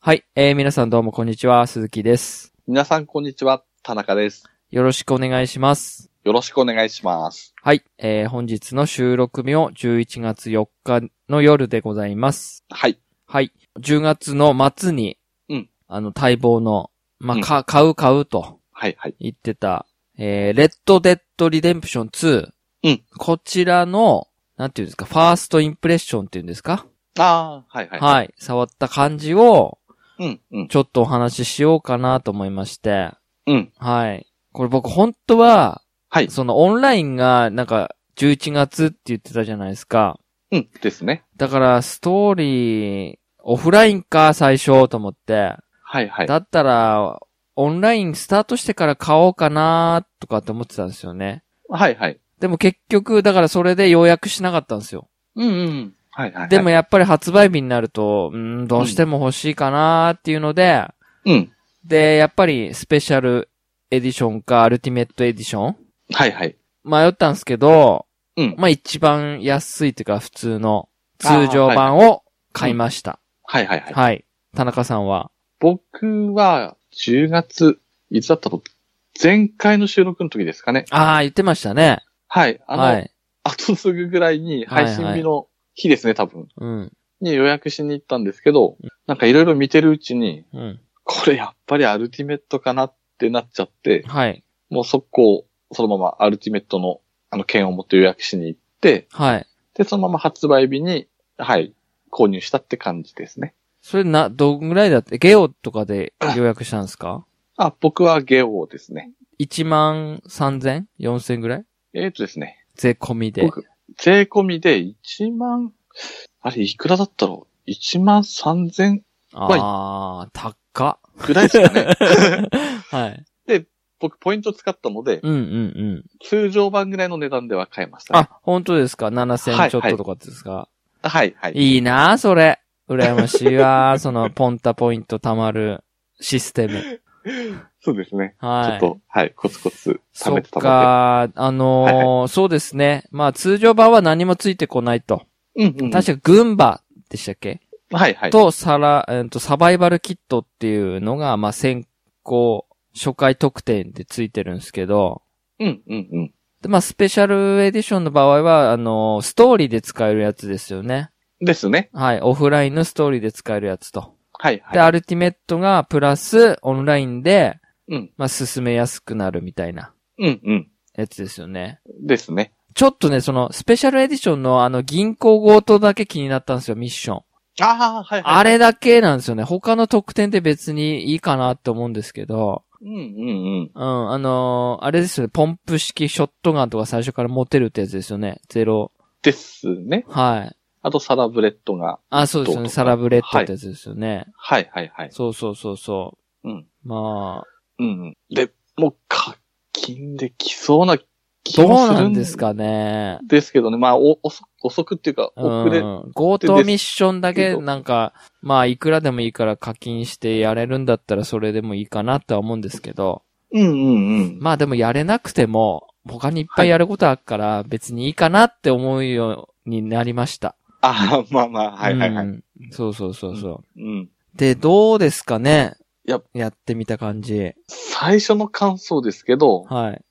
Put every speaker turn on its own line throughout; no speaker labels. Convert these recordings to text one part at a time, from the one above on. はい。えー、皆さんどうもこんにちは。鈴木です。
皆さん、こんにちは。田中です。
よろしくお願いします。
よろしくお願いします。
はい。えー、本日の収録日も11月4日の夜でございます。
はい。
はい。10月の末に、
うん
あの、待望の、まあ、
うん
か、買う買うと
はい、はい。
言ってた、えー、レッドデッドリデンプション2。
うん
こちらの、なんていうんですか、ファーストインプレッションっていうんですか
ああ、はい、はい。
はい。触った感じを、
うん、うん、
ちょっとお話ししようかなと思いまして。
うん。
はい。これ僕本当は、
は い
そのオンラインが、なんか、11月って言ってたじゃないですか。
うん、ですね。
だから、ストーリー、オフラインか、最初、と思って。
はい、はい。
だったら、オンラインスタートしてから買おうかなとかって思ってたんですよね。
はい、はい。
でも結局、だからそれで予約しなかったんですよ。
うん、うん。はい、はい。
でも、やっぱり発売日になると、うーん、どうしても欲しいかなっていうので、
うん。
で、やっぱりスペシャルエディションか、アルティメットエディション
はい、はい。
迷ったんですけど、
うん
まあ一番安いというか普通の通常版を買いました。
はい、はい、は
はいい。。田中さんは
僕は、10月、いつだったと、前回の収録の時ですかね。
ああ、言ってましたね。
はい。あの、
はい。
あとすぐぐらいに、配信日の日ですね、多分。
うん。
に予約しに行ったんですけど、なんかいろいろ見てるうちに、
うん。
これやっぱりアルティメットかなってなっちゃって、
はい。
もう速攻、そのままアルティメットの、あの、券を持って予約しに行って、
はい。
で、そのまま発売日に、はい、購入したって感じですね。
それな、どんぐらいだって、ゲオとかで予約したんですか
あ、僕はゲオですね。
1万3000 ?4000 ぐらい
えっ、ー、とですね、
税込みで。
僕、税込みで1万、あれ、いくらだったろう ?1 万3000
ああ、高っ。
ぐらいです かね。
はい。
僕、ポイント使ったので、
うんうんうん。
通常版ぐらいの値段では買えました、ね。
あ、本当ですか ?7000 ちょっととかですか、
あ、はい、はい。
いいなあそれ。羨ましいわ あその、ポンタポイント貯まるシステム。
そうですね。ちょ
は
っ
い。
と、はい、コツコツ貯
そ
め
って
たの
か、あのー
は
そうですね。まあ、通常版は何もついてこないと。
で。うん、うん。
確か、群馬でしたっけ、
かはい、はい。
と、サラ、えーと、サバイバルキットっていうのが、まあ、先行、初回特典でついてるんですけど、
うん、うん、うん。
でまあ、スペシャルエディションの場合は、あのーストーリーで使えるやつですよね。
ですね。
はい。オフラインのストーリーで使えるやつと。
はい、はい。
で、アルティメットがプラスオンラインで、
うん
まあ、進めやすくなるみたいな
うん、うん。
やつですよね。
ですね。
ちょっとね、その、スペシャルエディションのあの、銀行強盗だけ気になったんですよ、ミッション。
ああ、はい、はい。
あれだけなんですよね。他の特典って別にいいかなって思うんですけど、
うん、うん、うん。
うん、あのーあれですよね、ポンプ式ショットガンとか最初から持てるってやつですよね。ゼロ。
ですね。
はい。
あと、サラブレッドが。
あ、そうですよ
どう
ね、
とか
サラブレッドってやつですよね。
はい、はい、はい。
そうそうそうそ
うん。
う。まあ、
うんうん。で、もう課金できそうな気
どう
もする
なんですかね。
ですけどね。まあ、お、遅く、遅くっていうか、
う
遅れ。
ん。強盗ミッションだけ、なんか、まあ、いくらでもいいから課金してやれるんだったらそれでもいいかなとは思うんですけど、
うん、うん、うん。
まあでもやれなくても、他にいっぱいやることあるから、別にいいかなって思うようになりました。
ああ、まあまあ、はい、はい、は
う
い。
んそうそうそうそう。
うん。
で、どうですかね
いや
やってみた感じ。
最初の感想ですけど、
はい。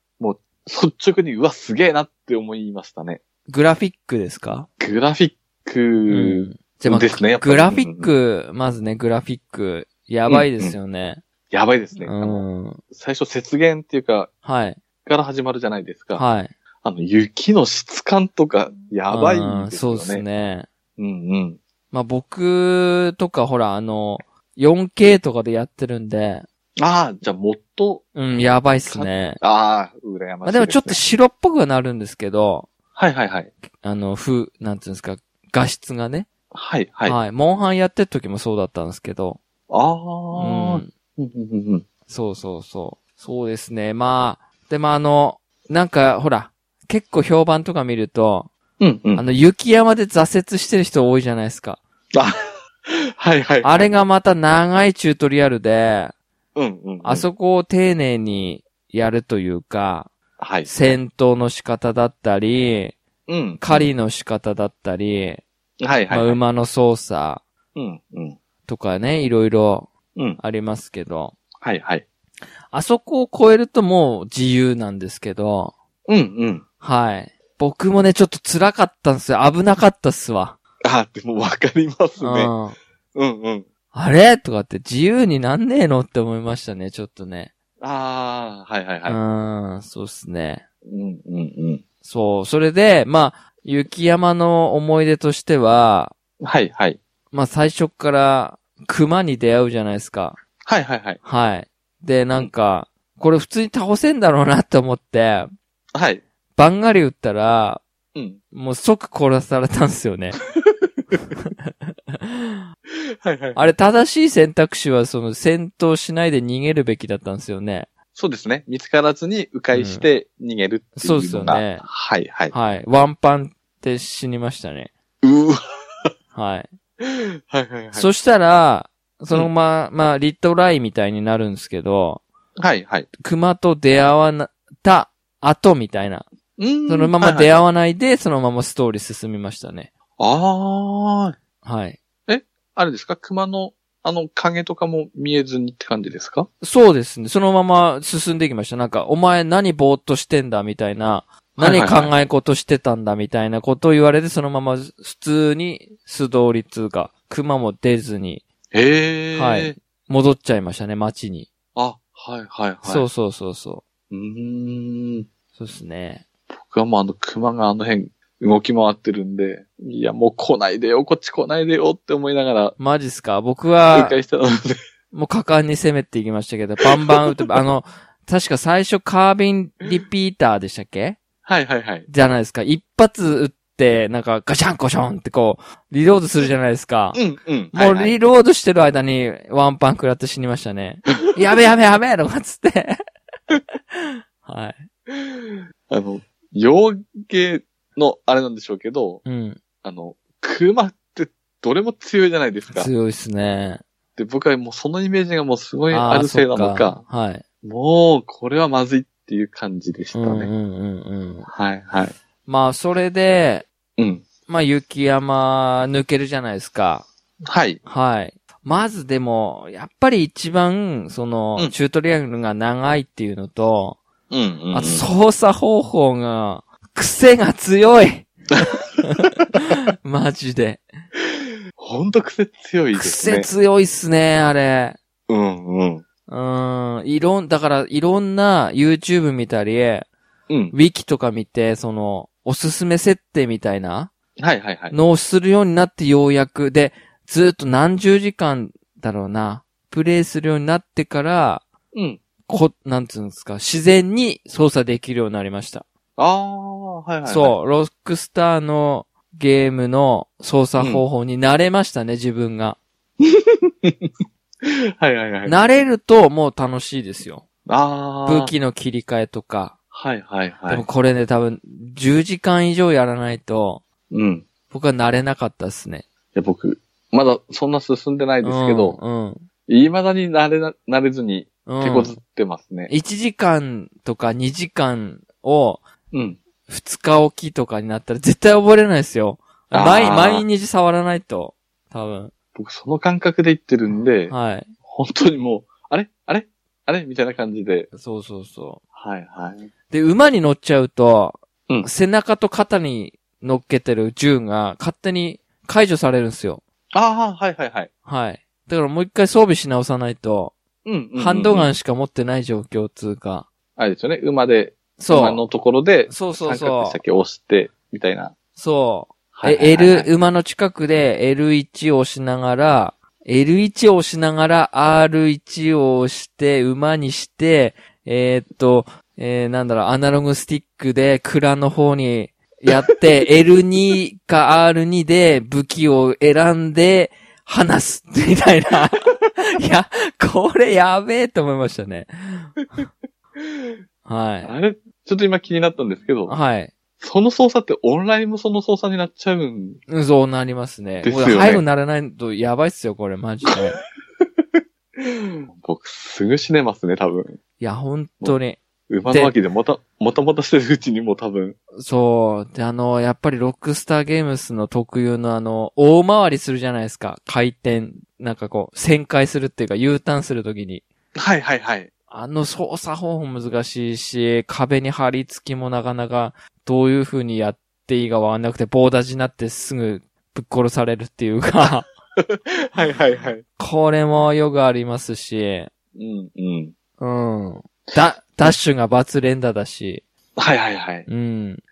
率直に、うわ、すげえなって思いましたね。
グラフィックですか
グラフィッ
う
ク、。
じゃあまあ
ですねやっぱり
グラフィック、まずね、グラフィック、やばいですよね。
やばいですね。あの
うん。
最初、雪原っていうか、
はい。
から始まるじゃないですか。
はい。
あの、雪の質感とか、やばい
うん
です
そ
よ
う
ね。
です。ね。
うんうん。
まあ僕とかほら、あの、4K とかでやってるんで、
ああ、じゃあもっと、
うん、やばいっすね。
ああ、羨ましいすね、
まあでもちょっと白っぽくはなるんですけど、
はいはいはい。
あの、風、なんていうんですか、画質がね。
はいは。
はいい。
あ
モンハンやってる時もそうだったんですけど、う
あ、
ん。
うんうんうん
そうそうそう。そうですね。まあ、でもあの、なんかほら、結構評判とか見ると、
うんうん。
あの、雪山で挫折してる人多いじゃないですか。
あはいはい。
あれがまた長いチュートリアルで、
うんうんうん。
あそこを丁寧にやるというか、
はい。
戦闘の仕方だったり、
うん。
狩りの仕方だったり、
はい
ま
はい
あ
はい。
馬の操作。
うんうん。
とかね、いろいろ
うん。
ありますけど、
はいはい。
あそこを超えるともう自由なんですけど、
うんうん。
はい。僕もね、ちょっと辛かったんですよ。危なかったっすわ。
あ、でもわかります
う
ね。
ん。
うんうん。
あれとかって自由になんねえのって思いましたね、ちょっとね。
ああ、はいはいは
う
い。
ん、そうっすね。
うんうん
そう。それで、まあ、雪山の思い出としては、
うん。はいはい。
まあ最初から熊に出会うじゃないですか。
はいはいはい。
はい。で、なんか、これ普通に倒せんだろうなって思って、
はい。
バンガリ打ったら、
うん。
もう即殺されたんですよね。
はいはい。
あれ正しい選択肢はその戦闘しないで逃げるべきだったんですよね。
そうですね。見つからずに迂回して逃げるっていう
そ
のが、
うですよね
はいはい。
はい。ワンパンって死にましたね。
うわ。
はい。
はいはいはい。
そしたら、そのま、まあ、リットライみたいになるんですけど、
はいはい。
熊と出会わな、た後みたいな。
うん
そのま
は
ま
いはい
出会わないで、そのままストーリー進みましたね。
ああ、
はい。
あれですか熊の、あの、影とかも見えずにって感じですか
そうですね。そのまま進んでいきました。なんか、お前何ぼーっとしてんだみたいな。
はい
何
はいはい
考え事してたんだみたいなことを言われて、そのまま普通に素通り通過。熊も出ずに、
へえ。
はい。戻っちゃいましたね、街に。
あ、はいはいはい。。
そうそうそうそう
ーん。
う。そうですね。
僕はもうあの、熊があの辺、動き回ってるんで、いや、もう来ないでよ、こっち来ないでよって思いなが
マジっすか僕
ら、迂
は、
回してたので。
もう果敢に攻めていきましたけど、バンバン打って、あの、確か最初カービンリピーターでしたっけ
はいはいはい。
じゃないですか。一発撃って、なんかガシャンコションってこう、リロードするじゃないですか。
うんうん。
もう
はいはい
リロードしてる間にワンパン食らって死にました ね。やべやべやべとかっつって。はい。
あの、妖芸のあれなんでしょうけど、
うん。
あの、熊ってどれも強いじゃないですか。
強いっすね。
で、僕はもうそのイメージがもうすごい
ー
あるせいなの
そ
か、
っはい。
もうこれはまずいっていう感じでし
う
た
ん
ね。
うんうんうん。
はいはい。
まあ、それで、
うん。
まあ、雪山抜けるじゃないですか。
はい。
はい。まずでも、やっぱり一番、その、
うん
チュートリアルが長いっていうのと、
うんうん、うん。
あと操作方法が、癖が強い。 マジで。
ほんと癖強いです
癖
ね。
強いっすね、あれ。
うんうん。
うーん。いろん、だから、いろんな YouTube 見たり、
うん。
Wiki とか見て、その、おすすめ設定みたいな
はいはいはい。
のをするようになってようやく、で、ずーっと何十時間だろうな、プレイするようになってから、
うん。
こ、なんつうんですか、自然に操作できるようになりました。
ああ、はいはい、はい。
そう、ロックスターのゲームの操作方法に慣れましたね、自分が。
う。はいはいはい。
慣れるともう楽しいですよ。
ああ。
武。器の切り替えとか。
はいはいは
でも
い。
これね、多分、10時間以上やらないと、
うん。い
僕は慣れなかったですね。
や僕、まだそんな進んでないですけど、
うん。うん
未だになれな、なれずに
うん
手こずってますね。
1時間とか2時間を
うん。
2日おきとかになったら絶対覚えれないですよ。
あー
毎、毎日触らないと。多分。
僕その感覚で言ってるんで、
はい。
本当にもう、あれあれあれみたいな感じで。
そうそうそう。
はいはい。
で、馬に乗っちゃうと、
うん
背中と肩に乗っけてる銃が勝手に解除されるんですよ。
ああ、はいはいはい。
はい。だからもう一回装備し直さないと、
うんうんうんうん
ハンドガンしか持ってない状況つうか。
あれですよね。馬で、
そ
馬
う。
のところで、
そうそう
三角
そ
でしたっ
う。
け押して、みたいな。
そ
は
う。
いはい
え、
はいはい
L、馬の近くで L1 を押しながら、L1 を押しながら R1 を押して、馬にして、えーっと、えー、なんだろう、アナログスティックで蔵の方にや って、L2 か R2 で武器を選んで、話す、みたい な。いや、これやべえと思いましたね。は
あれ、ちょっと今気になったんですけ
い。
ど、
はい。
その操作ってオンラインもその操作になっちゃうん。
うんそうなりますね。
ですよね
これ早くならないとやばいっすよ、これ、マジで。
僕、すぐ死ねますね、多分。
いや、本当に。
馬の脇でもた、もたもたしてるうちにもう多分。
そう。で、あの、やっぱりロックスターゲームスの特有のあの、大回りするじゃないですか。回転なんかこう、旋回するっていうか U ターンするときに、
はいはいはい。
あの操作方法難しいし、壁に貼り付きもなかなかどういう風にやっていいかわかんなくて、棒立ちになってすぐぶっ殺されるっていうか、
はいはいはい。
これもよくありますし、
うんうん。
うん。だ、ダッシュがバツ連打だし、
はいはいはい。
うん。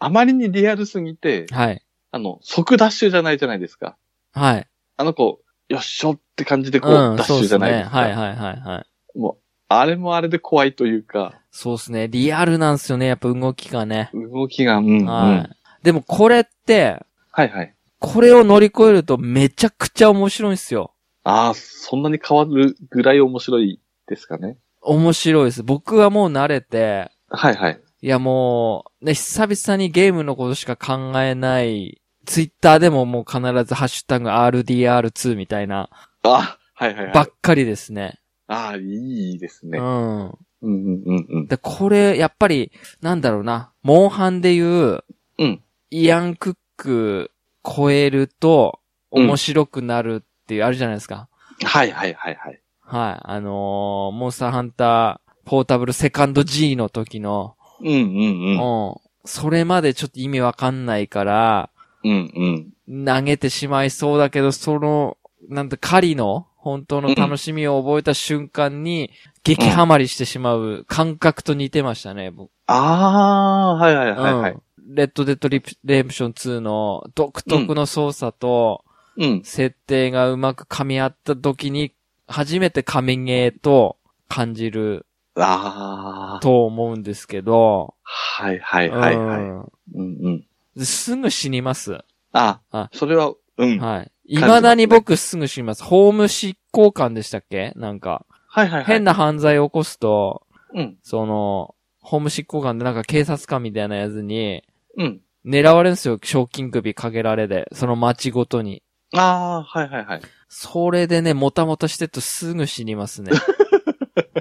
あまりにリアルすぎて、
はい。
あの、即ダッシュじゃないじゃないですか。
はい。
あの子、よっしょって感じでこう、
うん、
ダッ
そう
シュ
で
じゃ
す
ないで
ね。
すか。
はいはいはいはい。
もう、あれもあれで怖いというか、
そうですね。リアルなんですよね。やっぱ動きがね。
動きが、うん、うん。は
はい。でもこれって、
いはい。
これを乗り越えるとめちゃくちゃ面白いんですよ。
ああ、そんなに変わるぐらい面白いですかね。
面白いです。僕はもう慣れて、
はいはい。
いやもう、ね、久々にゲームのことしか考えない、ツイッターでももう必ずハッシュタグ RDR2 みたいな、
あはいはいはい。
ばっかりですね。
ああ、いいですね。
うん。
うんうんうんうん。
で、これ、やっぱり、なんだろうな、モンハンでいう、
うん
イアン・クック超えると、面白くなるっていう、あるじゃないですか。
はいはいはいはい。
はい。あのーモンスターハンター、ポータブルセカンド G の時の、
うんうんう
う
ん。
ん。それまでちょっと意味わかんないから、
うんうん。
投げてしまいそうだけど、その、なんて、狩りの、本当の楽しみを覚えた瞬間に、激ハマりしてしまう感覚と似てましたね、僕。
ああ、はいはいはいはい。
うん。レッドデッドリプレンプション2の独特の操作と
うん。
設定がうまく噛み合った時に、初めて神ゲーと感じる
ああ、
と思うんですけど、
はいはいはいはい。
うん
うんうん。
ですぐ死にます。
あ、
あ
それは、うん。はい
はい。
じますね
未だに僕すぐ死にます。ホーム執行官でしたっけなんか、
はいはい。
変
な。
な犯罪を起こすと、
うん。
その、ホーム執行官でなんか警察官みたいなやつに、
うん。
狙われるんですよ。賞金首かけられで。その町ごとに。
ああ、はいはいはい。
それでね、もたもたしてるとすぐ死にます ね。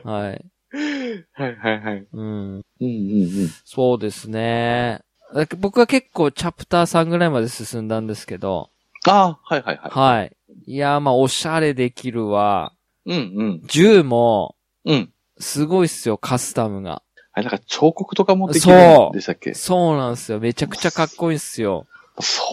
はい。
はいはいはい。
うん。
うんうんうん。
そうですね。だ僕は結構チャプター3ぐらいまで進んだんですけど、
ああ、はいはいは
はい。いやー、まあ、おしゃれできるわ。
い。うんうん。
銃も、
うん。
すごいっすよ、カスタムが。
あれなんか彫刻とかもでき
そ
るん
う
でしたっけそ
そうなんですよ。めちゃくちゃかっこいいっすよ。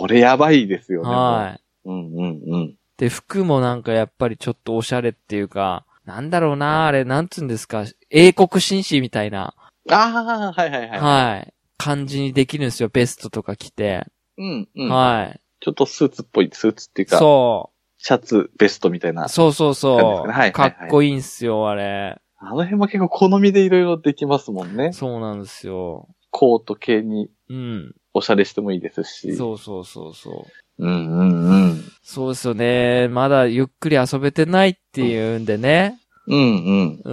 れやばいですよね。
はい。
い。うんうんうん。
で、服もなんかやっぱりちょっとおしゃれっていうか、なんだろうな、あれ、なんつうんですか、英国紳士みたいな。
ああ、はいはいはい。
はい。感じにできるんですよ。ベストとか着て。
うんうん。
はい。
ちょっとスーツっぽい、スーツっていうか、
そ
シャツ、ベストみたいな
う。。そうそう
感じです
そ
か
う。
ねはい
かっこいいんすよ、あれ。
あの辺も結構好みでいろいろできますもんね。
そうなんですよ。
コート系に
うん。
おしゃれしてもいいですし。
そうそうそうそう。
うんうんうん。
そうですよね。まだゆっくり遊べてないっていうんでね。
うんうん。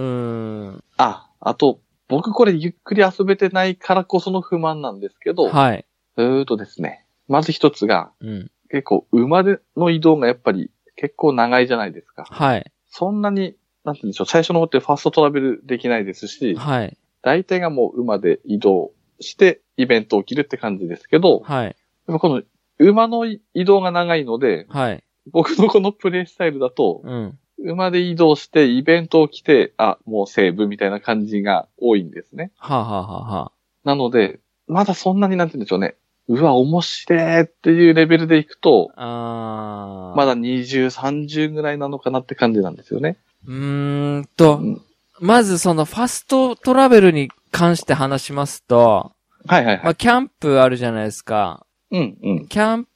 うん。
あ、あと、僕これゆっくり遊べてないからこその不満なんですけど、
はい。
うーっとですね、まず一つが、
うん。
結構馬での移動がやっぱり結構長いじゃないですか。
はい。
そんなに、なんて言うんでしょう、最初の方ってファストトラベルできないですし、
はい。
大体がもう馬で移動してイベントを切るって感じですけど、
はい。
でもこの馬の移動が長いので、
はい。
僕のこのプレイスタイルだと、
うん。
馬で移動してイベントを来て、あ、もうセーブみたいな感じが多いんですね。
はあ、はあはあはあ、
なので、まだそんなになんて言うんでしょうね。うわ、面白いっていうレベルでいくと、
あー
まだ20、30ぐらいなのかなって感じなんですよね。
うーんと
う、ん
まずそのファストトラベルに関して話しますと、
はいはいは
ま
い。
あ、キャンプあるじゃないですか。
うんうん。
キャン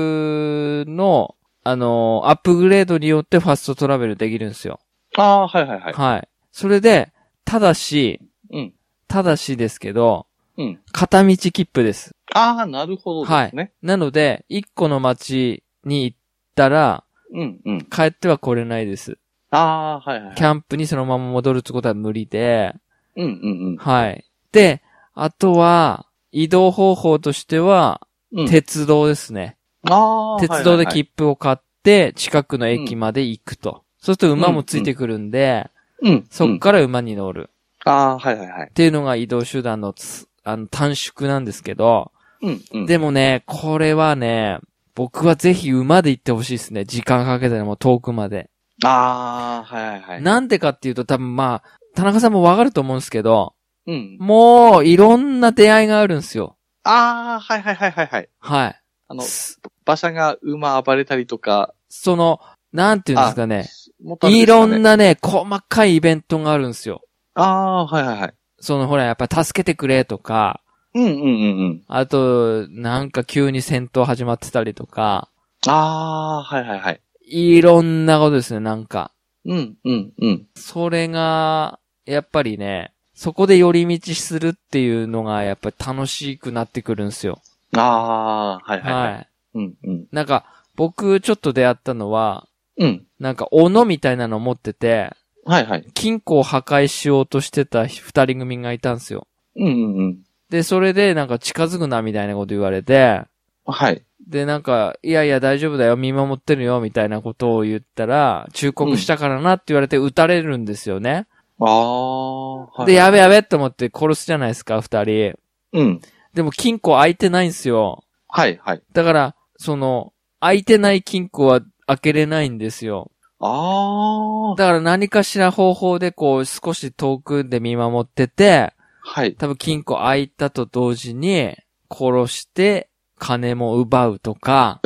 プの、あのアップグレードによってファストトラベルできるんですよ。
ああ、はいはいは
はいい。。それで、ただし、
うん。
ただしですけど、
うん。
片道切符です。
ああ、なるほどですね。
なので、一個の町に行ったら、
うんうん。
帰っては来れないです。
ああ、はいはい
キ。ャンプにそのまま戻るってことは無理で、
うんうん
はい。で、あとは、移動方法としては、
うん。うん、
鉄道ですね。
あー
鉄道で
はいはいはい
切符を買って、近くの駅まで行くと。そうすると馬もついてくるんで、
うん。
そっから馬に乗る。
うん。ああ、はいはいはい
っ。ていうのが移動手段のつあの短縮なんですけど、
うんうん。
でもね、これはね、僕はぜひ馬で行ってほしいですね。時間かけてでも遠くまで。
ああ、はいはいはい。
なんでかっていうと多分まあ、田中さんもわかると思うんですけど、
うん。
もういろんな出会いがあるんですよ。
ああ、はいはいはいはいはい。
はい。
あの、
す
馬車が馬暴れたりとか、
その、なんていうんですかね。
もっとあるん
い
ですか
ろ
ね
ん。なね、細かいイベントがあるんですよ。
ああー、はいはいはい。
そのほら、やっぱり助けてくれとか、
うんうんうんうん。
あと、なんか急に戦闘始まってたりとか、
ああ、はいはいはい。
いろんなことですね、なんか。
うんうんうん。
それが、やっぱりね、そこで寄り道するっていうのが、やっぱり楽しくなってくるんですよ。
ああ、はいはいはい。
はい。
うんうん。
なんか、僕ちょっと出会ったのは、
うん。
なんか、斧みたいなの持ってて、
はいはい。
金庫を破壊しようとしてた二人組がいたんですよ。
うんうんうん。
で、それでなんか近づくなみたいなこと言われて、
はい。
で、なんか、いやいや大丈夫だよ、見守ってるよ、みたいなことを言ったら、忠告したからなって言われて撃たれるんですよね。
ああ、はい。
で、やべやべって思って殺すじゃないですか、二人。
うん。
でも金庫開いてないんですよ。
はいはい。
だから、その、開いてない金庫は開けれないんですよ。
ああ、
だから何かしら方法でこう少し遠くで見守ってて、
はい。
多分金庫開いたと同時に殺して金も奪うとか、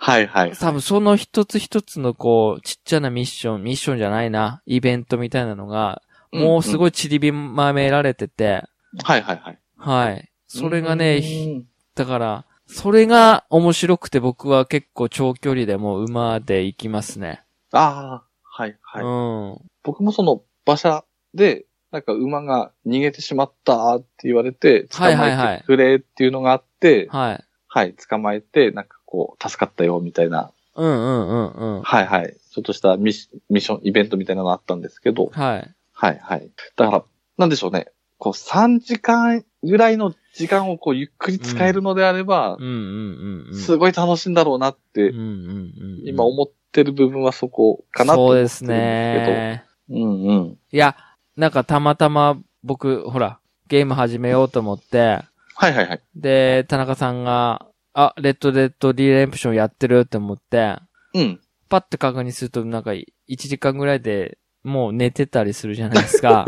はいはい。
多分その一つ一つのこうちっちゃなミッション、ミッションじゃないな、イベントみたいなのが、もうす
い。
ごい散りびまめられてて、
はいはいはい。
はい。それがね、ひ
うん
だから、それが面白くて僕は結構長距離でも馬で行きますね。
ああ、はいはい。
うん。
僕もその馬車で、なんか馬が逃げてしまったって言われて、捕
はいはい
ま
は
え
い
てくれっていうのがあって、
はい。
はい、捕まえて、なんかこう、助かったよみたいな、
うんうんうんうん。
はいはい、ちょっとしたミッシミッション、イベントみたいなのがあったんですけど、
はい。
はいはい。だから、なんでしょうね。こう、3時間ぐらいの時間をこう、ゆっくり使えるのであれば
うん、うんうんうん。
すごい楽しいんだろうなっ
う
て
ん、うんうん。
今思ってる部分はそこかなと
そう
思ってる
で
んです
す
けど。
ね。
うんうん。
いや、なんかたまたま僕、ほら、ゲーム始めようと思って、
はいはいはい。
で、田中さんが、あ、レッドデッドリレンプションやってるって思って、
うん。
パッて確認するとなんか1時間ぐらいでもう寝てたりするじゃないですか。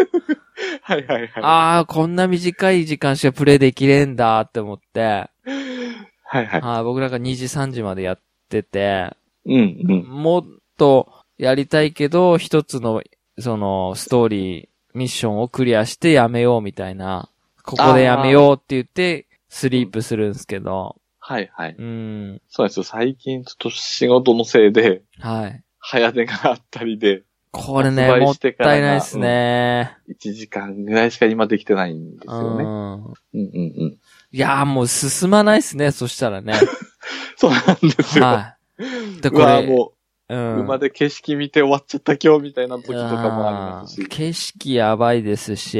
はいはいはい。
ああ、こんな短い時間しかプレイできれんだって思って、
はいはい。
あー僕なんか2時3時までやってて、
うんうん。
もっとやりたいけど、一つの、その、ストーリー、ミッションをクリアしてやめようみたいな、ここでやめようって言って、スリープするんですけど、
はいはい。
うん、
そうなんですよ。最近ちょっと仕事のせいで、
はい。
早寝があったりで、
これね、
発
も
売
っ
してから
た
が
いないですね。
1時間ぐらいしか今できてないんです
う
よね。
ん。
うんうんうん。
いやーもう進まないですね、そしたらね。
そうなんですよ。
はい。で、
う
こ
わあ
れ、
も
う
う、
ん
馬で景色見て終わっちゃった今日みたいな時とかもあります
う
し
ん。景色やばいですし、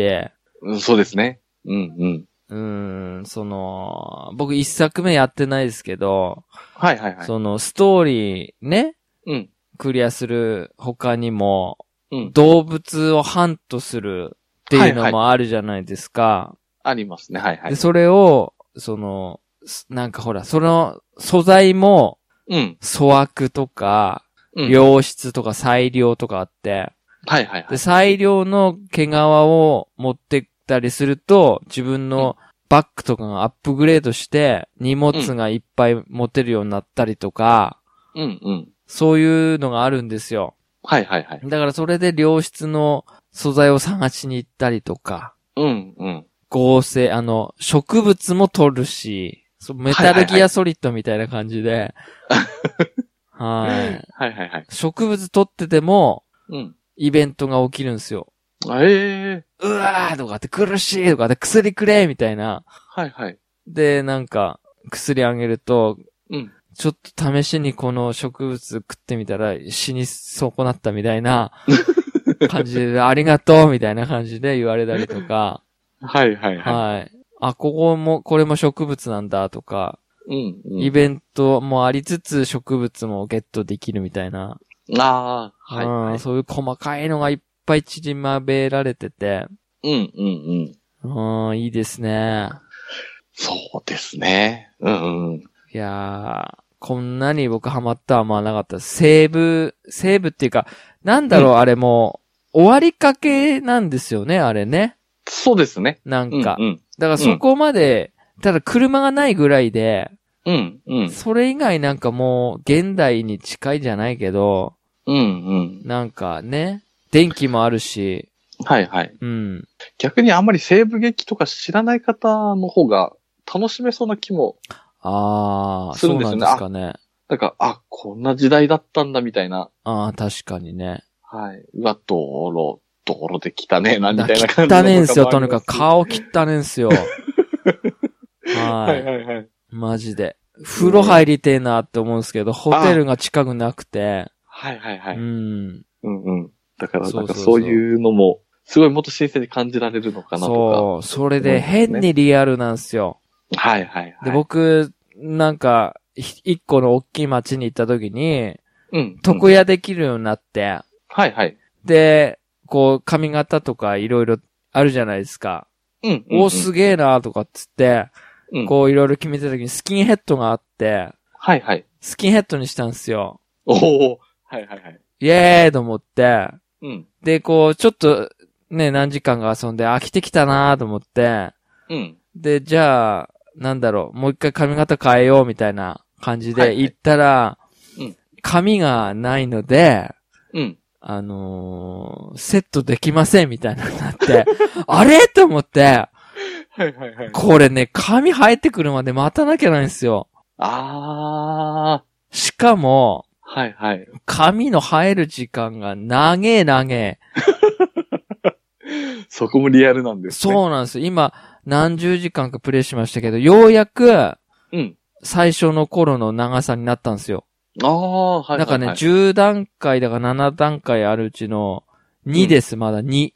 うんそうですね。うんうん。
うーん、その、僕一作目やってないですけど、
はいはいはい。
そのストーリーね、
うん。
クリアする他にも、
うん
動物をハントするっていうのもあるじゃないですか。
ありますね。はいはい
で、。それを、その、すなんかほら、その素材も、
うん。
粗悪とか、
うん。
良質とか裁量とかあって、
はいはいは
で、
い。
裁量の毛皮を持ってったりすると、自分のバッグとかがアップグレードして、荷物がいっぱい持てるようになったりとか、
うんうん。
そういうのがあるんですよ。
はいはいはい。
だからそれで良質の素材を探しに行ったりとか、
うんうん。
合成、あの、植物も取るし、そうメタルギアソリッドみたいな感じで、はい。
はいはいはい。
植物取ってても、
うん。
イベントが起きるんですよ。
ええ。
うわーとかって苦しいとかって薬くれみたいな。
はいはい。
で、なんか、薬あげると、
うん。
ちょっと試しにこの植物食ってみたら死に損なったみたいな感じで、ありがとうみたいな感じで言われたりとか、
はいはいは
はい。あ、ここも、これも植物なんだとか、
い。うん
イベントもありつつ植物もゲットできるみたいな、
うん。ああ、はいは
うん
い。
そういう細かいのがいっぱい縮まべられてて、
うんうんうん。
うん、いいですね。
そうですね。うんうん。
いやー、こんなに僕ハマったはまあなかったです。セーブ、セーブっていうか、なんだろう、
う
あれもう、終わりかけなんですよね、あれね。
そうですね。
なんか。
うんうん。
だからそこまで、ただ車がないぐらいで、
うん、うん。
それ以外なんかもう、現代に近いじゃないけど、
うん、うん。
なんかね、電気もあるし、
はい、はい。
うん。
逆にあんまり西部劇とか知らない方の方が楽しめそうな気も、
ああ、
する
そ
ん
う
です
な
よ
ん
ね
ですかね。
なんか、あ、こんな時代だったんだみたいな。
ああ、確かにね。
はい。うわ、道路、道路で汚ねえな、みたいな感じ
汚ねんすよ、とに
に
かく。顔汚ねん すよ。
は、
はい
はい、はい。
い。マジで。風呂入りてえなって思うんですけど、ホテルが近くなくて、
はい、はい、は
う
い。
ん。
うん、うん。だから、
そ
な
うんそ
か
うそう
そういうのも、すごいもっと新鮮に感じられるのかなと
そう。それで変にリアルなんですよ。
か。はい、はい、はい。
で、、僕、なんか、ひ一個の大きい町に行った時に、
うん。
床屋できるようになって、
はい、はい。
で、こう、髪型とかいろいろあるじゃないですか。
うん。
おーすげえなーとかっつって、
うん
こういろいろ決めてた時にスキンヘッドがあって、
はい、はい。
スキンヘッドにしたんですよ。
おおはい、はい、はい。
イエーイと思って、
うん。
で、こう、ちょっと、ね、何時間か遊んで飽きてきたなーと思って、
うん。
で、じゃあ、なんだろう、もう一回髪型変えようみたいな感じ
はいは
で
い
行ったら、
うん
髪がないので、
うん。
あのーセットできませんみたいなのにな って、あれと思って、
はい、はい、はい。
これね、髪生えてくるまで待たなきゃないんですよ。
あー。
しかも、
はい、はい。
髪の生える時間が長え長え。
そこもリアルなんですね。
そうなんですよ。今、何十時間かプレイしましたけど、ようやく、
う。うん。
最初の頃の長さになったんですよ。
ああ、はい。
なんかね、
はいはい
10段階だか7段階あるうちの2です、まだ2。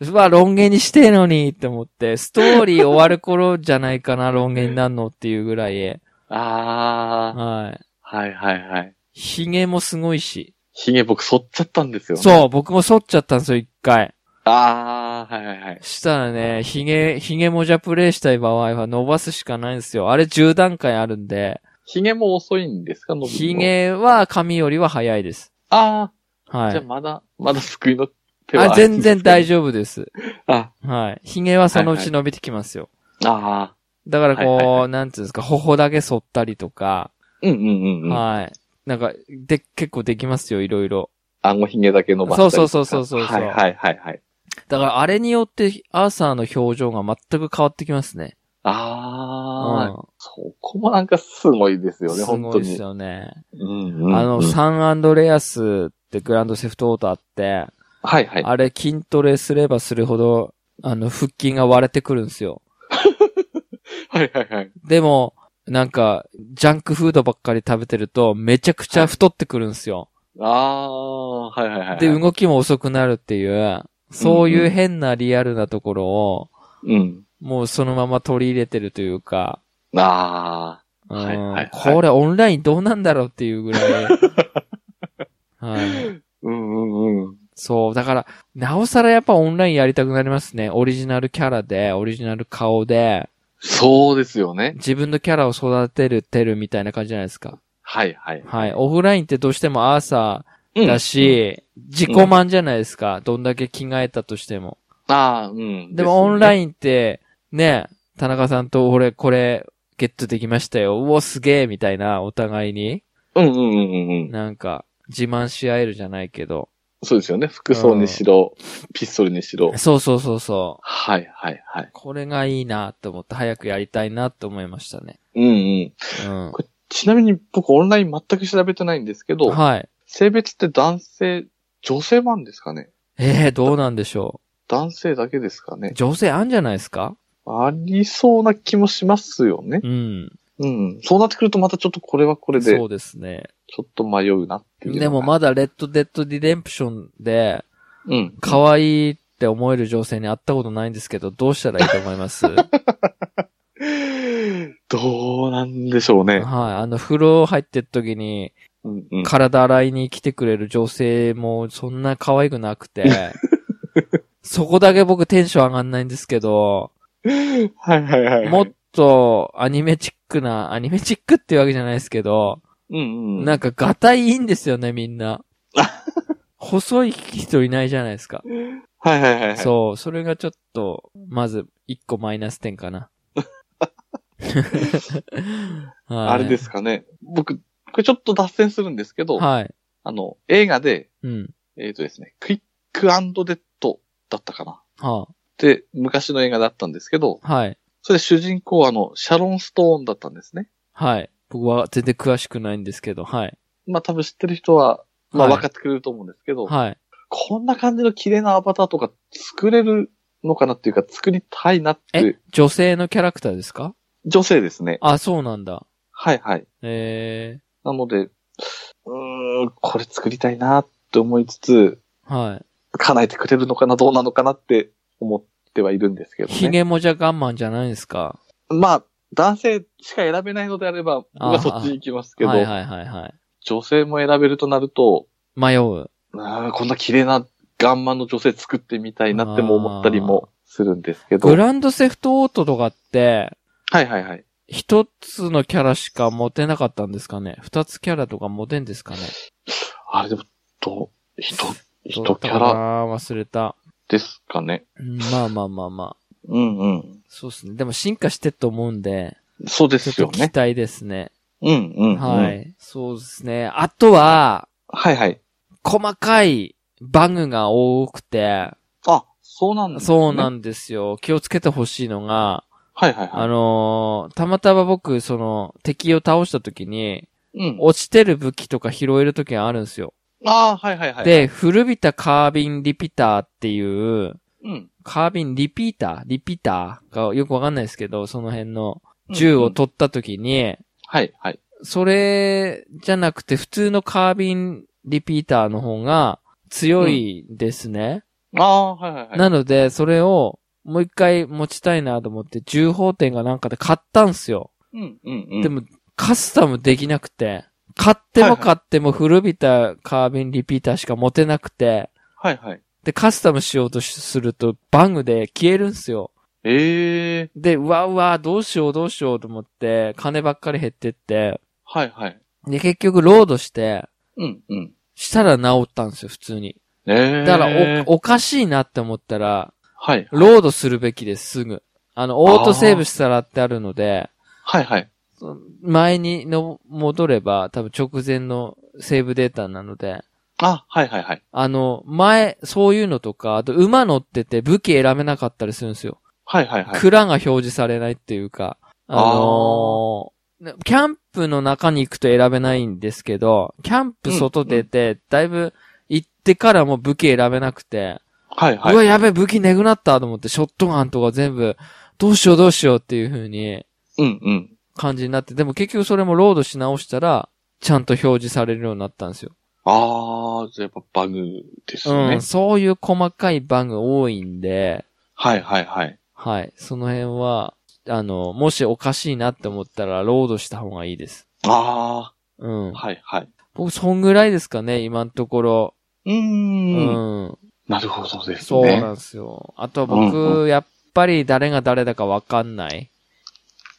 うわ、ロン毛にしてえのにって思って、ストーリー終わる頃じゃないかな、ロン毛になるのっていうぐらい。
ああ、
はい。
はいはいはい。
髭もすごいし。
ひげ僕剃っちゃったんですよ、ね。う。
そう、僕も剃っちゃったんですよ、一回。
ああ、はいはいはい。
したらね、髭、髭もじゃプレイしたい場合は伸ばすしかないんですよ。あれ10段階あるんで、
ひげも遅いんですか伸びるの
髭は髪よりは早いです。
ああ、
は
じゃあ
い。
まだ、まだ救いの手は
あ、全然大
丈
丈夫です。
夫。あ、
はい。髭はそのうち伸びてきますよ。
あ
だからこう、
はいはいは
なんていうんですか、頬だけ剃ったりとか、
ーうんうんうんうん。
はい。なんか、で、結構できますよ、いろいろ。
あごひげだけ伸ばしたりとか
そうそうそうそうそう
はいはいはいはい。
だから、あれによって、アーサーの表情が全く変わってきますね。
ああ、
うん
そこもなんかすごいですよね、
す
本
ご
当
いです
に。
よね。
うんうんうん
あの、サンアンドレアスってグランドセフトオートあって、
はいはい。
あれ筋トレすればするほど、あの、腹筋が割れてくるんですよ。
はいはいはい。
でも、なんか、ジャンクフードばっかり食べてると、めちゃくちゃ太ってくるんですよ。
ああ、はいはいはい。
で、動きも遅くなるっていう、そういう変なリアルなところを、
うん。
もうそのまま取り入れてるというか、
あ
うん
はいはいはい
これオンラインどうなんだろうっていうぐらい。 はい。
あ、うんうんうん。
そう。だから、なおさらやっぱオンラインやりたくなりますね。オリジナルキャラで、オリジナル顔で、
そうですよね。
自分のキャラを育てる、てるみたいな感じじゃないですか。
はいはい。
はい。オフラインってどうしてもアーサ
うん
ーだ、し、自己満じゃないですか。どんだけ着替えたとしても。
ああ、うん。
でもオンラ
ン。
インって、ね、田中さんと俺これゲットできましたよ。うお、すげえみたいな、お互いに、
うんうんうんうんうん。
なんか、自慢し合えるじゃないけど。
そうですよね。服装にしろ、ピストルにしろ。
そうそうそうそう。
はいはいはい。
これがいいなと思って、早くやりたいなと思いましたね。
うんうん。
うん。
こちなみに僕オンライン全く調べてないんですけど、
はい。
性別って男性、女性版ですかね
ええどうなんでしょ
男性だけですか
う。
ね
女性あんじゃないですか
ありそうな気もしますよね。
うん。
うん。そうなってくるとまたちょっとこれはこれで、ち
そ
ょ
うですね。
っと迷うなっていうのが。
でもまだレッドデッドディレンプションで、
うん。
可愛いって思える女性に会ったことないんですけど、どうしたらいいと思います はい。
どうなんでしょうね。
あの、風呂入ってる時に、
うんうん。
体洗いに来てくれる女性もそんな可愛くなく て、そこだけ僕テンション上がんないんですけど、
はいはいはいはい。
もっとアニメチックな、アニメチックっていうわけじゃないですけど、
うんうん。
なんか、がたいいいんですよね、みん な。細い人いないじゃないですか。
はいはいはいはい。
そう、それがちょっと、まず、一個マイナス点か な。はい
あれですかね。僕、これちょっと脱線するんですけど、
はい。
あの、映画で、
うん。
えっ、とですね、クイックデッドだったかな。
は
で、昔の映画だったんですけど、
あ、はい。
それ主人公はあの、シャロン・ストーンだったんですね。
はい。僕は全然詳しくないんですけど、はい。
まあ多分知ってる人は、まあ
はい
分かってくれると思うんですけど、
はい。
こんな感じの綺麗なアバターとか作れるのかなっていうか、作りたいなって
え、女性のキャラクターですか
女性ですね。
あ、そうなんだ。
はいはい。
え
なので、うーん、これ作りたいなって思いつつ、
ー、はい。
叶えてくれるのかな、どうなのかなって思ってはいるんですけど
ヒ
ね。
ゲもじゃガンマンじゃないですか。
まあ、男性しか選べないのであれば、僕はそっちに行きますけど、
はいはいはいはい。
女性も選べるとなると、
迷う。
あーこんな綺麗なガンマンの女性作ってみたいなっても思ったりもするんですけど。
グランドセフトオートとかって、
はいはいはい。
一つのキャラしか持てなかったんですかね二つキャラとか持てんですかね
あれでも、どう、人、人
どう
キ
だったか
ャ
な
ラ
忘れた。
ですかね。
うんまあまあまあまあ。
うんうん。
そうですね。でも進化してると思うんで、
そうで
ちょっ
す
と
よ
期
ね。
待ですね。
うんうん、うん。
は。い。そうですね。あとは、
はいはい。
細かいバグが多くて、
あ、そうなんですね。
そうなんんですよ。気をつけてほしいのが、
はいはい
あ
はい。
のーたまたま僕、その、敵を倒した時に、
うん。
落ちてる武器とか拾える時があるんですよ。
ああ、はいはいはい。、
で、古びたカービンリピターっていう、
うん。
カービンリピーターリピーターがよくわかんないですけど、その辺の銃
うんう
を
ん
取った時に、
はいはい。
それじゃなくて普通のカービンリピーターの方が強いですね。
ああ、はいはいはい。
なので、それをもう一回持ちたいなと思って、重宝店がなんかで買ったんすよ。
うんうんうん。
で、も、カスタムできなくて、買って
はい
も
はい
買っても古びたカービンリピーターしか持てなくて、
はいはい。
で、カスタムしようとしするとバグで消えるんすよ。
ええー、
で、うわうわ、どうしようどうしようと思って、金ばっかり減ってって、
はいはい。
で、結局ロードして、
うんうん。
したら治ったんですよ、普通に。
ええー。
だからお、おかしいなって思ったら、
はい。
ロードするべきです、すぐ。あの、オートセーブしたらってあるので、
はいはい。
その前にの戻れば、多分直前のセーブデータなので、
あ、はいはいはい。
あの、前、そういうのとか、あと馬乗ってて武器選べなかったりするんですよ。
はいはいはい。
蔵が表示されないっていうか、あのーキャンプの中に行くと選べないんですけど、キャンプ外出て、だいぶ行ってからも武器選べなくて、
はいは
うわ、
い。
やべえ、武器なくなったと思って、ショットガンとか全部、どうしようどうしようっていう風に
うんうん。
感じになって、でも結局それもロードし直したら、ちゃんと表示されるようになったんですよ。
ああ、じゃあやっぱバグですね。
うん、そういう細かいバグ多いんで、
はいはいはい。
はい。その辺は、あの、もしおかしいなって思ったら、ロードした方がいいです。
あ
うん
あ、。はいはい。
僕、そんぐらいですかね、今のところ。
うー。
うんん。
なるほどですね。
そうなんですよ。あとは僕、
う
やっぱり誰が誰だかわかんない。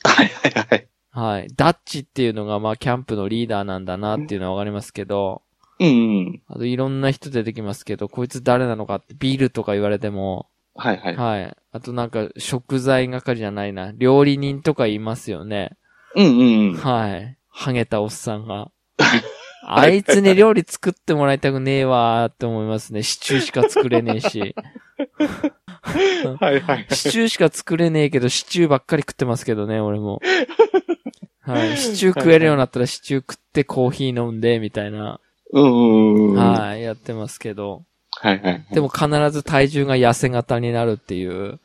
はいはいはい。
はい。ダッチっていうのが、まあ、キャンプのリーダーなんだなっていうのはわかりますけど、
うんうん。
あといろんな人出てきますけど、こいつ誰なのかってビールとか言われても、
はいはい。
はい。あとなんか食材係じゃないな。料理人とかいますよね。
うんうんうん。
はい。ハゲたおっさん が。あいつに料理作ってもらいたくねえわーって思いますね。シチューしか作れねえし。
はいはい。
シチューしか作れねえけど、シチューばっかり食ってますけどね、俺 も。はい。シチュー食えるようになったらシチュー食ってコーヒー飲んで、みたいな。
うんうんうん。は
はい。やってますけど。
いはい。
でも必ず体重が痩せ型になるって いう。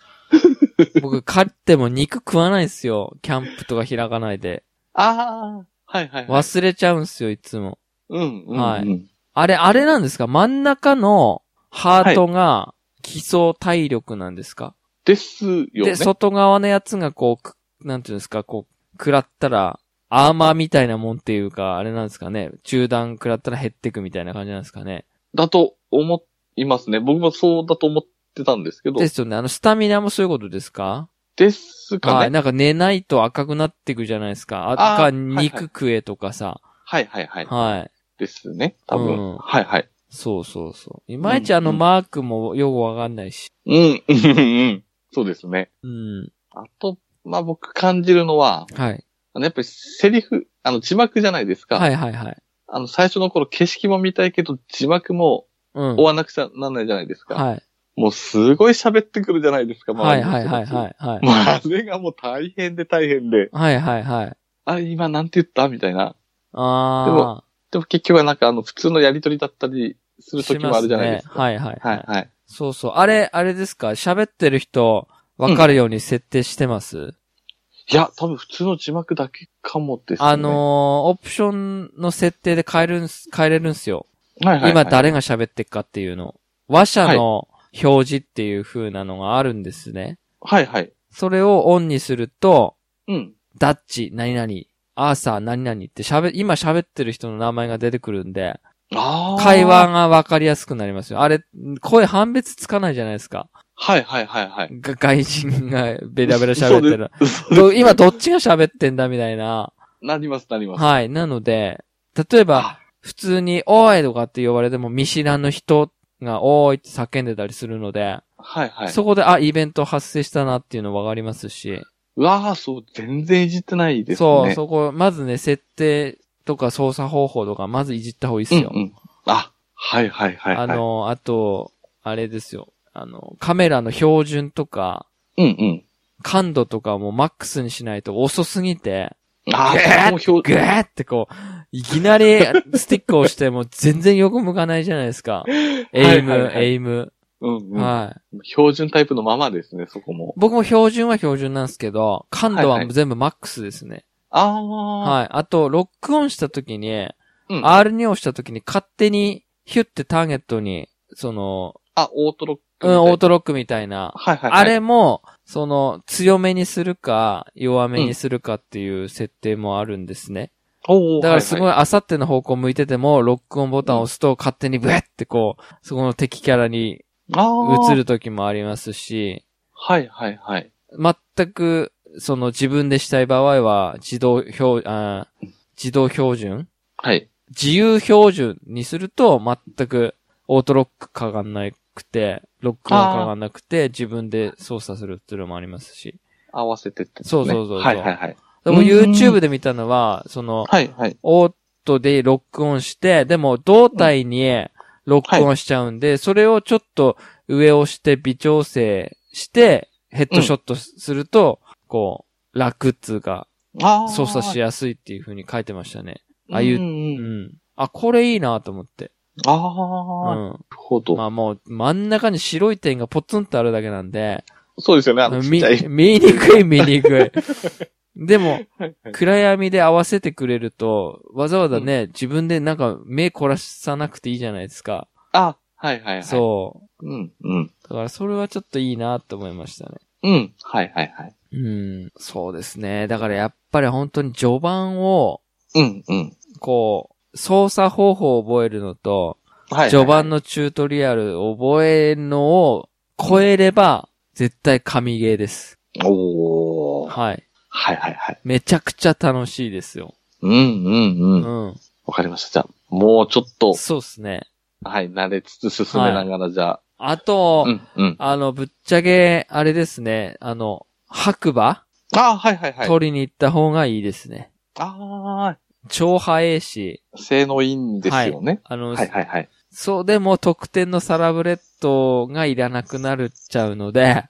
僕、飼っても肉食わないんすよ。キャンプとか開かないで。
ああ、はいはいはい。
忘れちゃうんすよ、いつも。
うんうん。
は
はいい。
あれ、あれなんですか真ん中のハートが基礎体力なんですか、
ですよね
で、。外側のやつがこうく、なんていうんですか、こう、食らったら、アーマーみたいなもんっていうか、あれなんですかね中段食らったら減ってくみたいな感じなんですかね
だと思いますね。僕もそうだと思ってたんですけど。
ですよね。あの、スタミナもそういうことですか
です
は
か
い。
ね。
なんか寝ないと赤くなってくじゃないですか。あ
あー
か、
はいはい
肉食えとかさ。
はいはいはい。
はい。
ですね。多
うん
分。はいはい。
そうそうそう。いまいち
うん
あのマークもよくわかんないし。
うん、うん、うん。 そうですね。
うん。
あと、まあ僕感じるのは、
はい。
あの、やっぱりセリフ、あの、字幕じゃないですか。
はいはいはい。
あの、最初の頃景色も見たいけど、字幕も
うん
追。わなくちゃなんないじゃないですか。
はい。
もうすごい喋ってくるじゃないですか、
は
周
い
りの
はい
人
はい
たち
はい。はい。
もうあれがもう大変で大変で、
はいはいはい。
あ、今なんて言ったみたいな。
あ
でも結局はなんかあの、普通のやりとりだったりす
ー。
る
し
時
ま
もあるじゃない
ね
ですか。
はいはいは
はいい。はい。
そうそう。あれ、あれですか喋ってる人、わかるように設定してます、
いや、多分普通の字幕だけかもです、ね。
あのー、オプションの設定で変えるんす、変えれるんすよ。
はいはいはい、
今誰が喋ってっかっていうの。話者の表示っていう風なのがあるんですね。
はいはい。
それをオンにすると、
うん。
ダッチ、何々、アーサー、何々って喋、今喋ってる人の名前が出てくるんで、
ああ。
会話。がわかりやすくなりますよ。あれ、声判別つかないじゃないですか。
はいはいはいはい。
が外人がベラベラ喋ってる。
そう
ど今どっちが喋ってんだみたい な。
なりますなります。
はい。なので、例えば、
あ
普通に、おーいとかって呼ばれても、見知らぬ人が、おーいって叫んでたりするので、
はいはい。
そこで、あ、イベント発生したなっていうのわかりますし、
うわあ、そう、全然いじってないですね。
そう、そこ、まずね、設定とか操作方法とか、まずいじった方がいいですよ。
うんうん。あ、はいはいはい、はい。
あ、の、あと、あれですよ。あの、カメラの標準とか、
うんうん。
感度とかもマックスにしないと遅すぎて、
あ
ぐ
あ、もう
ーっ
表
ぐーってこう、いきなりスティックを押しても全然横向かないじゃないですか。エイム、
はいはいはい
エイム。
うんうん。
はい。
標準タイプのままですね、そこも。
僕も標準は標準なんですけど、感度はもう全部マックスですね。
あ
は
あ、
い。あと、ロックオンした時に、
うん、あ
R2 をした時に勝手に、ヒュってターゲットに、その、
オートロック。
うん、オー
ト
トロックみたいな。
はいはい、はい。
あれも、その、強めにするか、弱めにするかっていう設定もあるんですね。
おー
だからすご、
はい
あさっての方向向いてても、ロックオンボタンを押すと、勝手にブエってこう、そこの敵キャラに
いはい、
移
る。
る時もありますし、
はいはいはい。
全く、その自分でしたい場合は、自動標、あー自動標準
はい。
自由標準にすると、全く、オートロックかかんなくて、ロックオンかかんなくて、自分で操作するっていうのもありますし。
合わせてって、ね。
そうそうそうそう
はいはいはい。
でも
うん
YouTube で見たのは、その、
はいはい。
オートでロックオンして、でも胴体にロックオンしちゃうんで、それをちょっと上をして微調整して、ヘッドショットすると、こう、楽っつうか、
ああ。
操作しやすいっていう風に書いてましたね。あ
あ。
あいううんん。あ、これいいなと思って。
ああ、
う
なる
ん。
ほど、
まあもう、真ん中に白い点がポツンとあるだけなんで、
そうですよね、あのちっ
見
ちゃい。、
見にくい見にく い。でも、
はいはい
暗闇で合わせてくれると、わざわざね、自分でなんか目凝らさなくていいじゃないですか。
あ、はいはいはい。。
そう
うん、うん。
う。だからそれはちょっといいなと思いましたね。
うん、はいはいはい。
うん、そうですね。だからやっぱり本当に序盤を、
うん、うん。
こう、操作方法を覚えるのと、
はい。
序盤。のチュートリアルを覚えるのを超えれば、絶対神ゲーです。
おー。
はい。
はいはいはい。
めちゃくちゃ楽しいですよ。
うん、う、
うん
う
ん。
ん。わかりました。じゃあ、もうちょっと、
そうですね。
はい、慣れつつ進めながら、じゃ
あ
あ。
と、
うん、うん。
あの、ぶっちゃけ、あれですね、あの、白馬、
あーはいはいはい。
取りに行った方がいいですね。
あ
超早いし、
あ、性能いいんですよね。
あの、
はいはいはい。
そうでも得点のサラブレッドがいらなくなるっちゃうの で、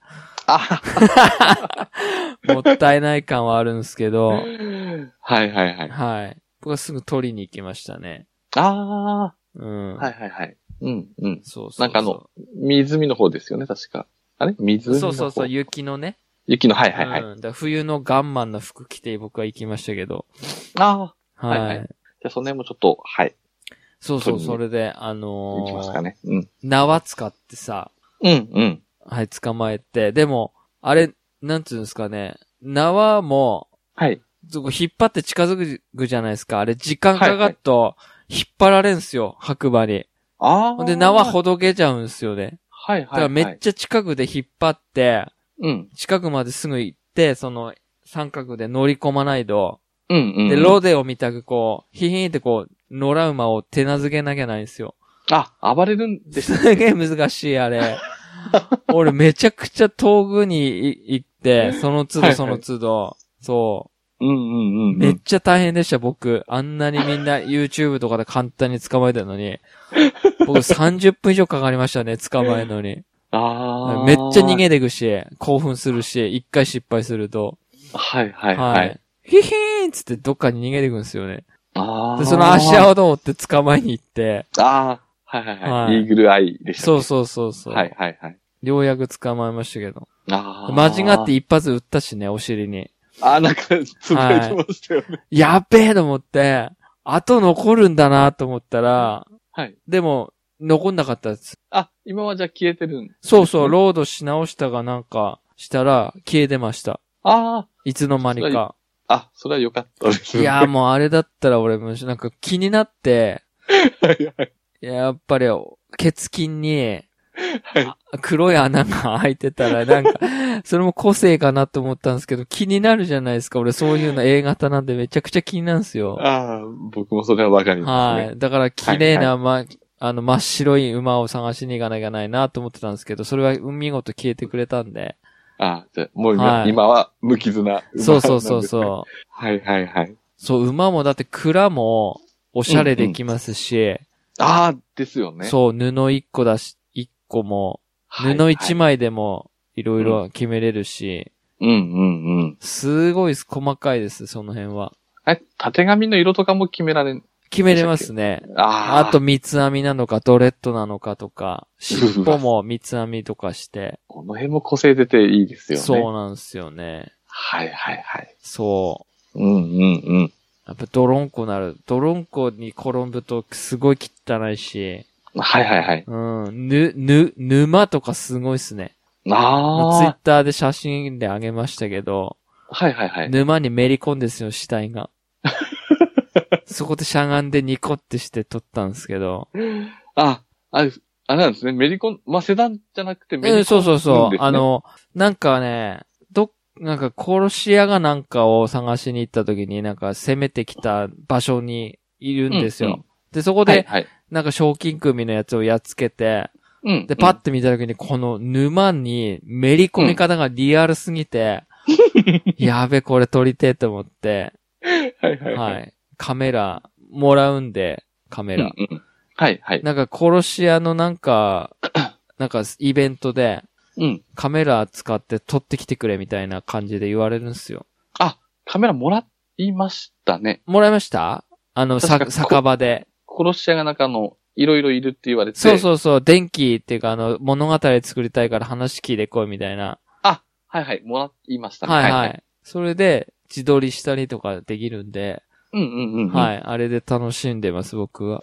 あ
もったいない感はあるんですけど、
はいはいはい。
はい。僕はすぐ取りに行きましたね。
あ
うん。
あ、はいはいはい。うん、うん。
そうそうそう。
なんかあの、湖の方ですよね、確か。あれ湖の方。
そうそうそう、雪のね。
雪の、はいはいはい。
うん、だから冬のガンマンの服着て僕は行きましたけど。
ああ。
はい。
はいはいじゃあ、その辺もちょっと、はい、
そうそう、
取りに
それで、あの
いきます
ー
かね。うん。
縄使ってさ、
うん、うん。
はい、捕まえて、でも、あれ、なんつうんですかね、縄も、
はい。
そこ引っ張って近づくじゃないですか。あれ、時間かかっと、引っ張られんすよ、白馬に。
あ
ほ
あ。
んで、縄ほどけちゃうんすよね。
はい
だか
はいは
ら
い。
めっちゃ近くで引っ張って、
うん。
近くまですぐ行って、その、三角で乗り込まないと、
うんうん。
で、ロデオみたくこう、ヒヒンってこう、野良馬を手なずけなきゃないんですよ。
あ、暴れるんでした。
すげえ難しい、あ れ。俺めちゃくちゃ遠くにい行って、その都
はい
度
はい
その都度、そ
うんうん
う。
うん
め
う
っ
ん。
ちゃ大変でした、僕。あんなにみんな YouTube とかで簡単に捕まえてるのに。僕30分以上かかりましたね、捕まえるのに。
ああ。
めっちゃ逃。げてくし、興奮するし、一回失敗すると。
はいはいはい。。
ヒヒーンっつってどっかに逃げてくんですよね。
ああ。
で、その足跡を追って捕まえに行って、
ああ。はいはいは
はい
い。イーグルアイでした。
そうそうそうそう。
はいはいはい。
ようやく捕まえましたけど。
ああ。
間違って。一発撃ったしね、お尻に。
ああ、なんか、つぶやいてましたよね。
やっべえと思って、あと残るんだなと思ったら、
はい。
でも、残んなかったです。
あ、今はじゃあ消えてるん。
そうそう、ロードし直したがなんか、したら、消えてました。
あ
いつの間にか。
あ。あ、それは良かったです。
いや、もうあれだったら俺も、なんか気になって、
はいはい。
やっぱり、血筋に、
はい
あ黒い穴が開いてたら、なんか、それも個性かなと思ったんですけど、気になるじゃないですか。俺そういうの A 型なんでめちゃくちゃ気になるんですよ。
ああ、僕もそれはわかりますね。
はい。だから、綺麗な、ま、あの、真っ白い馬を探しに行かなきゃないなと思ってたんですけど、それは見事消えてくれたんで。
あじゃあもう今,、
はい
今は無傷な馬なんですね。
そうそうそうそう。
はいはいはい。
そう、馬もだって蔵も、おしゃれできますし、
ああ、ですよね。
そう、布一個だし、一個も、
はい
布一
はい
枚でも、いろいろ決めれるし、
うんうんうん。
すごい細かいです、その辺は。
え、縦紙の色とかも決められん。
決めれますね。あ
ああ。
と、、三つ編みなのか、ドレッドなのかとか、尻尾も三つ編みとかして、
この辺も個性出ていいですよね。
そうなんですよね。
はいはいはい。
そ
うんうんうん。
う。やっぱドロンコなる。ドロンコに転ぶとすごい汚いし、
はいはいはい。
うん、ぬ、ぬ、沼とかすごいっすね。ツイッ
あ
ターで写真であげましたけど、
あ。はいはいはい。
沼にめり込んですよ、死体 が。そこでしゃがんでニコってして撮ったんですけど。
あ、あれ、あれなんですね。メリコン、まあ、セダンじゃなくてメリコン、
うん、そうそうそう。
ですね
あ、の、なんかね、どっ、なんか殺し屋がなんかを探しに行った時になんか攻めてきた場所にいるんですよ。
うんうん
で、そこ
は
で
い、はい。
なんか賞金組のやつをやっつけて、
うん。
で、パッて見た時にこの沼にめり込み方がリアルすぎて、やべ、これ撮りてえと思って、
うん。 はいはいはい。
はい。カメラ、もらうんで、カメ
うん
ラ。
うんはいはい。
なんか殺し屋のなん か、なんかイベントで、
うん。
カメラ使って撮ってきてくれみたいな感じで言われるんですよ。
あ、カメラもらいましたね。
もらいましたあの、
確
さ
か、
酒場で。
殺し屋がなんかあの、いろいろいるって言われて。
そう
う。
そうそう、電気っていうかあの、物語作りたいから話聞いてこいみたいな。
あ、はいはい。もらいましたね。
はいはい。それで、自撮りしたりとかできるんで、
うんうんうんうん。。
はいい。あれで楽しんでます、僕は。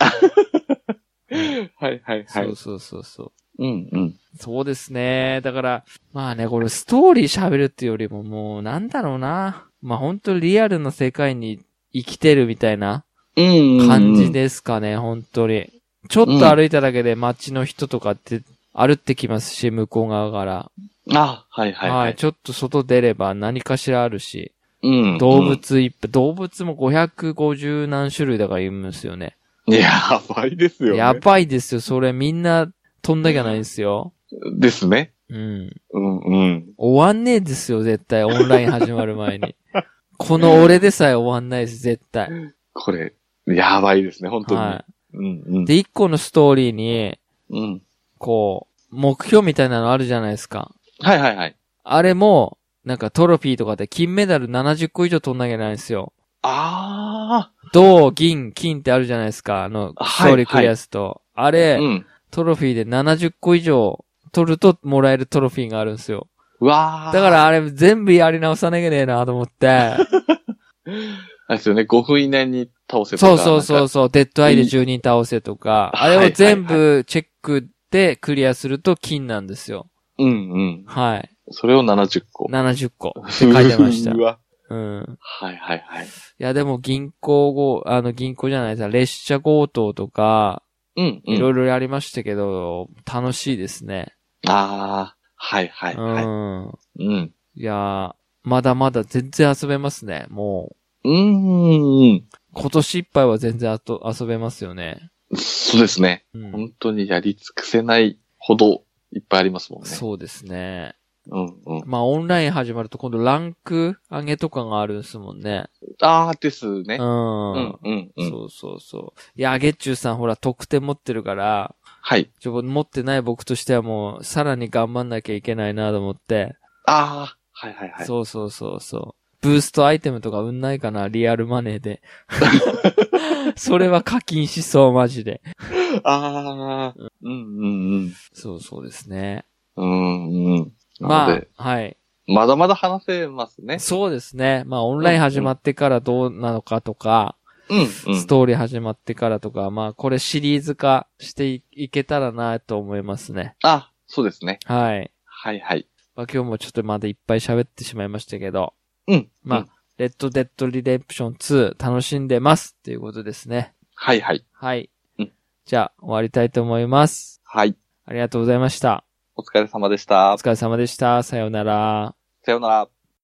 はいはいは
そう
い。
そうそうそう。
うんうん。
そうですね。だから、まあね、これストーリー喋るっていうよりももう、なんだろうな。まあ本当リアルの世界に生きてるみたいな
うん。
感じ。ですかね、本当に。ちょっと歩いただけで街の人とかって歩ってきますし、向こう側から。
あ、はいはいはい。
ちょっと外出れば何かしらあるし。
うん。
動物いっぱい、動物も550何種類だからいるんですよね。
うん。やばいですよね。
やばいですよ、それみんな飛んだきゃないですよ。
ですね。
うん。
うんうん。
終わんねえですよ、絶対。オンライン始まる前に。 この俺でさえ終わんないです、絶対。
これ、やばいですね、本当に。
は
うんう
い。
ん。
で、一個のストーリーに、
うん。
こう、目標みたいなのあるじゃないですか。
はいはいはい。
あれも、なんかトロフィーとかで金メダル70個以上取んなきゃいけないんですよ。
あ
銅、銀、金ってあるじゃないですか。あの、ストーリークリアすと。あ
あ。
れ、
うん。
トロフィーで70個以上取るともらえるトロフィーがあるんですよ。
うわ
だ
あ。
からあれ全部やり直さなきゃねえなと思 って。
あれですよね、5分以内に倒せば。
そうそうそう
う。
そう、デッドアイで10人倒せとか、
うん
あれを全
はい
部チェックでクリアすると金なんですよ。
うんうん。
はい。
それを70個。
70個って書いてました
う。わ。
うん。
はいはいはい。
いやでも銀行ご、あの銀行じゃないです列車強盗とか、
うんうん。
いろいろやりましたけど、楽しいですね。
ああ。はいはいうは
ん。
い。うん。
いやー、まだまだ全然遊べますね。も
うーん。
う、今年いっぱいは全然あと遊べますよね。
そうですね。
うん。
本当にやり尽くせないほどいっぱいありますもんね。
そうですね。
うんうん。
まあ、オンライン始まると今度ランク上げとかがあるんですもんね。
あーですね
う。。
うんんうんうん。
そうそうそう。いや、ゲッチューさんほら、得点持ってるから、
はい。
ちょ、持ってない僕としてはもう、さらに頑張んなきゃいけないなと思って。
あーはいはいはい。
そうそうそうそう。ブーストアイテムとか売んないかな、リアルマネー で。それは課金しそう、マジで。
あーうんうん
そうそうですね。
うん。うんうん。なの
ま
で、
あ、はい。
まだまだ話せますね。
そうですね。まあ、オンライン始まってからどうなのかとか、
うんうん
ス。トーリー始まってからとか、まあ、これシリーズ化していいけたらなと思いますね。
あ、そうですね。
はい。
はいはい。
まあ、今日もちょっとまだいっぱい喋ってしまいましたけど、
うん。
まあ
うん
レッドデッドリデンプション2楽しんでますっていうことですね。
はいはい。
はい。
うん
じゃあ、終わりたいと思います。
はい。
ありがとうございました。
お疲れ様でした
お。疲れ様でした。さようなら。
さようなら。